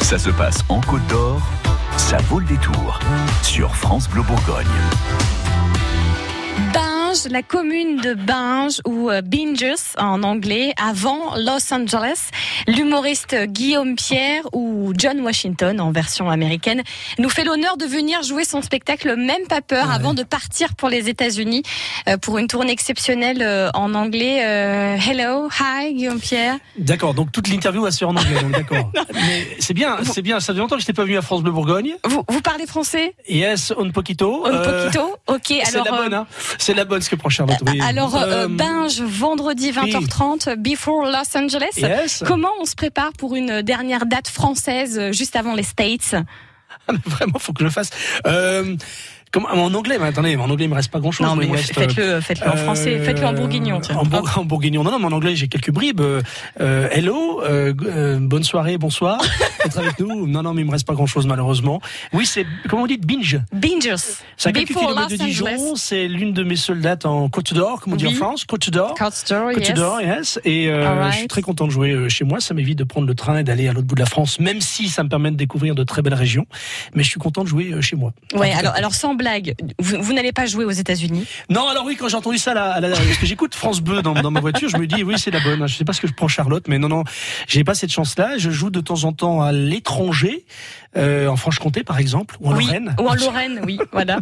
Ça se passe en Côte d'Or, ça vaut le détour sur France Bleu Bourgogne. Binge, la commune de Binge ou euh, Binges en anglais, avant Los Angeles, l'humoriste Guillaume Pierre ou John Washington en version américaine nous fait l'honneur de venir jouer son spectacle Même pas peur avant de partir pour les États-Unis euh, pour une tournée exceptionnelle euh, en anglais. Euh, hello, hi Guillaume Pierre. D'accord, donc toute l'interview va se faire en anglais, donc d'accord. Mais c'est bien, c'est bien, ça fait longtemps que je n'étais pas venu à France Bleu Bourgogne. Vous, vous parlez français Yes, un poquito. Un Euh, poquito Ok, C'est alors. la bonne, euh, hein. C'est la bonne ce que prend Charlotte. oui. Alors, euh, Euh, Binge, vendredi 20h30, Before Los Angeles. Yes. Comment on se prépare pour une dernière date française euh, juste avant les States Ah, Vraiment, faut que je le fasse. Euh, comment- en anglais, mais attendez, mais en anglais, il me reste pas grand chose. Non, mais il me reste, euh, faites-le faites-le en français, Euh, faites-le en bourguignon. tiens. En, bour- en bourguignon. Non, non, mais en anglais, j'ai quelques bribes. Euh, euh, hello, euh, g- euh, bonne soirée, bonsoir. Être avec nous. Non, non, mais il me reste pas grand chose, malheureusement. Oui, c'est, comment on dit, binge. Ah, Bingers. C'est à quelques Before kilomètres Los de Angeles. Dijon. C'est l'une de mes seules dates en Côte d'Or, comme on dit en Oui. France. Côte d'Or. Court story, Côte yes. d'Or, yes. Et euh, Alright. je suis très content de jouer euh, chez moi. Ça m'évite de prendre le train et d'aller à l'autre bout de la France, même si ça me permet de découvrir de très belles régions. Mais je suis content de jouer euh, chez moi. Ouais, alors, alors sans blague, vous, vous n'allez pas jouer aux États-Unis. Non, alors oui, quand j'ai entendu ça, là, à la- parce que j'écoute France Bleu dans, dans ma voiture, je me dis, oui, c'est la bonne. hein. Je sais pas ce que je prends Charlotte, mais non, non, j'ai pas cette chance-là. Je joue de temps en temps à l'étranger, euh, en Franche-Comté, par exemple, ou en oui. Lorraine, Ou en Lorraine, oui, voilà.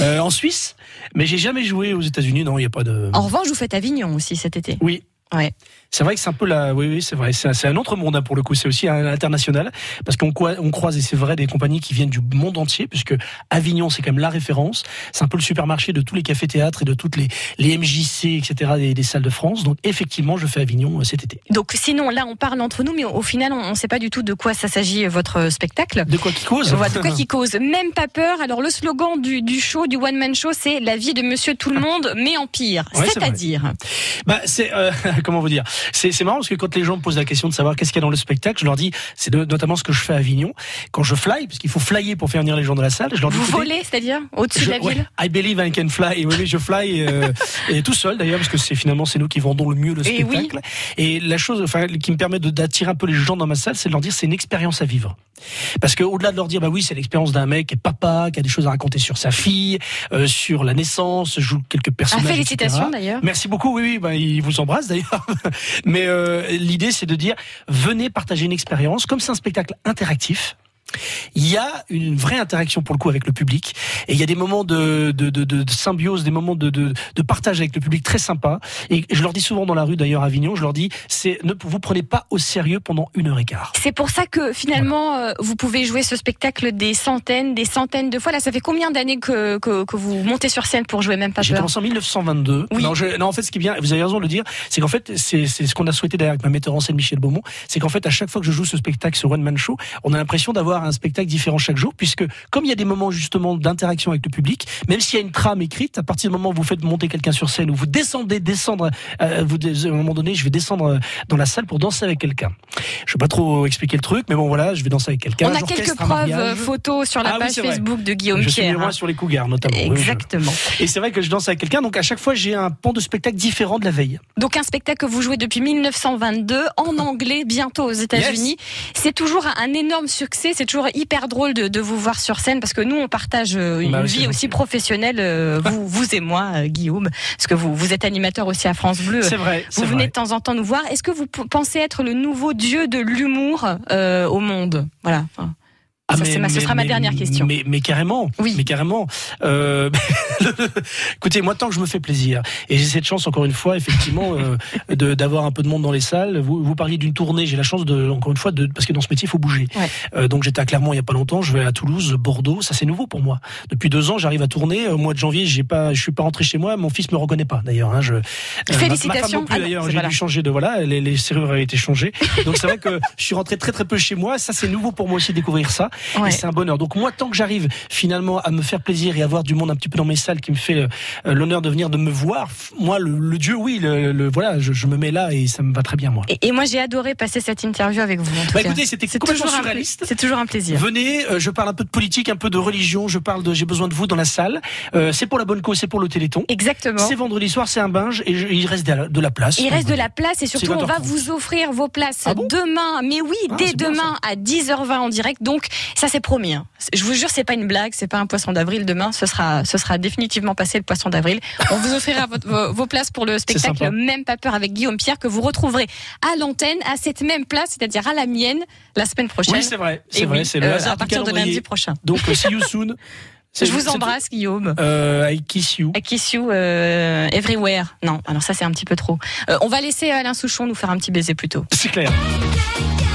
euh, en Suisse, mais j'ai jamais joué aux États-Unis. Non, il y a pas de. En revanche, vous faites Avignon aussi cet été. Oui. Ouais. C'est vrai que c'est un peu la. Oui, oui, c'est vrai. C'est un- c'est un autre monde hein, pour le coup. C'est aussi un international parce qu'on coi- on croise et c'est vrai des compagnies qui viennent du monde entier puisque Avignon c'est quand même la référence. C'est un peu le supermarché de tous les cafés théâtres et de toutes les les MJC etc des, des salles de France. Donc effectivement, je fais Avignon euh, cet été. Donc sinon, là, on parle entre nous, mais au final, on ne sait pas du tout de quoi ça s'agit, euh, votre spectacle. De quoi qui cause On voit de quoi qui cause. Même pas peur. Alors, le slogan du, du show, du one-man show, c'est la vie de monsieur tout le monde, mais en pire. Ouais, c'est C'est-à-dire. Bah, c'est euh, comment vous dire C'est c'est marrant parce que quand les gens me posent la question de savoir qu'est-ce qu'il y a dans le spectacle, je leur dis c'est de- notamment ce que je fais à Avignon quand je fly parce qu'il faut flyer pour faire venir les gens de la salle. Je leur dis Vous écoutez, volez, c'est-à-dire, au-dessus Je- de la ouais, ville. I believe I can fly. Oui, oui, je fly euh, et tout seul d'ailleurs parce que c'est finalement c'est nous qui vendons le mieux le Et oui. spectacle. Et la chose, enfin, qui me permet de- d'attirer un peu les gens dans ma salle, c'est de leur dire c'est une expérience à vivre. Parce que au-delà de leur dire bah oui c'est l'expérience d'un mec qui est papa, qui a des choses à raconter sur sa fille, euh, sur la naissance, joue quelques Ah, personnages. etc. félicitations, d'ailleurs. Merci beaucoup. Oui, oui, bah, il vous embrasse d'ailleurs. Mais euh, l'idée, c'est de dire venez partager une expérience. Comme c'est un spectacle interactif. Il y a une vraie interaction pour le coup avec le public et il y a des moments de, de, de, de- de symbiose, des moments de, de, de partage avec le public très sympa. Et je leur dis souvent dans la rue d'ailleurs à Avignon, je leur dis c'est ne vous prenez pas au sérieux pendant une heure et quart. C'est pour ça que finalement, euh, vous pouvez jouer ce spectacle des centaines, des centaines de fois. Là, ça fait combien d'années que, que, que vous montez sur scène pour jouer Même pas J'ai peur commencé en 1922. Ah, Oui. Non, je- non, en fait, ce qui est bien, vous avez raison de le dire, c'est qu'en fait, c'est c'est ce qu'on a souhaité derrière avec ma metteur en scène Michel Beaumont, c'est qu'en fait, à chaque fois que je joue ce spectacle, ce One Man Show, on a l'impression d'avoir un spectacle différent chaque jour, puisque comme il y a des moments justement d'interaction avec le public, même s'il y a une trame écrite, à partir du moment où vous faites monter quelqu'un sur scène, ou vous descendez, descendre, euh, vous, dé- à un moment donné, je vais descendre euh, dans la salle pour danser avec quelqu'un. Je vais pas trop expliquer le truc, mais bon, voilà, je vais danser avec quelqu'un. On a j'orchestre quelques un preuves mariage. euh, photos sur la Ah oui, page c'est vrai. Facebook de Guillaume Je suis Pierre. numéro un hein. sur les cougars, notamment. Oui, oui, je- Exactement. et c'est vrai que je danse avec quelqu'un, donc à chaque fois j'ai un pan de spectacle différent de la veille. Donc un spectacle que vous jouez depuis 1922 en anglais, bientôt aux États-Unis. C'est toujours un énorme succès, c'est toujours hyper drôle de, de vous voir sur scène parce que nous on partage euh, une Bah oui, c'est vie gentil. aussi professionnelle, euh, vous, vous et moi, euh, Guillaume, parce que vous, vous êtes animateur aussi à France Bleu. C'est vrai. Vous c'est venez vrai. de temps en temps nous voir. Est-ce que vous p- pensez être le nouveau dieu de l'humour euh, au monde Voilà. Enfin, Ah, ça, mais- c'est ma- ce mais- sera ma mais- dernière question. Mais, mais carrément. Oui. Mais carrément. Euh, écoutez, moi tant que je me fais plaisir et j'ai cette chance encore une fois, effectivement, euh, de- d'avoir un peu de monde dans les salles. Vous, vous parliez d'une tournée. J'ai la chance de encore une fois de parce que dans ce métier il faut bouger. Ouais. Euh, donc j'étais à Clermont il y a pas longtemps. Je vais à Toulouse, Bordeaux. Ça c'est nouveau pour moi. Depuis deux ans, j'arrive à tourner. Au mois de janvier, j'ai pas, je suis pas rentré chez moi. Mon fils me reconnaît pas d'ailleurs. hein, je- Euh, ma- Ma femme Félicitations. non plus, Ah non, d'ailleurs, c'est j'ai pas là. dû changer de voilà, les, les serrures avaient été changées. Donc c'est vrai que je suis rentré très très peu chez moi. Ça c'est nouveau pour moi aussi de découvrir ça. Ouais. Et c'est un bonheur. Donc moi, tant que j'arrive finalement à me faire plaisir et avoir du monde un petit peu dans mes salles qui me fait euh, l'honneur de venir de me voir, f- moi, le, le Dieu, oui, le, le- voilà, je, je me mets là et ça me va très bien, moi. Et, et moi, j'ai adoré passer cette interview avec vous. en tout Bah cas. écoutez, c'était c'est complètement toujours, un pla- surréaliste. c'est toujours un plaisir. Venez, euh, je parle un peu de politique, un peu de religion, je parle de j'ai besoin de vous dans la salle. Euh, c'est pour la bonne cause, c'est pour le Téléthon. Exactement. C'est vendredi soir, c'est un binge et je- il reste de la, de la place. Il reste de la place et surtout, C'est on va 20h30. vous offrir vos places Ah bon demain. Mais oui, Ah, dès c'est bien, demain à 10h20 en direct. Donc, ça, c'est promis. hein. C'est- Je vous jure, c'est pas une blague, c'est pas un poisson d'avril. Demain, ce sera, ce sera définitivement passé le poisson d'avril. On vous offrira votre- vos, vos places pour le spectacle sympa. Même pas peur avec Guillaume Pierre que vous retrouverez à l'antenne, à cette même place, c'est-à-dire à la mienne, la semaine prochaine. Oui, c'est vrai, c'est Et vrai, oui, c'est le euh, hasard à du partir de calendrier. lundi prochain. Donc, euh, see you soon. C'est- Je vous c'est tout. embrasse, Guillaume. Euh, I kiss you. I kiss you euh, everywhere. Non, alors ça c'est un petit peu trop. Euh, on va laisser Alain Souchon nous faire un petit baiser plutôt. C'est clair. yeah, yeah.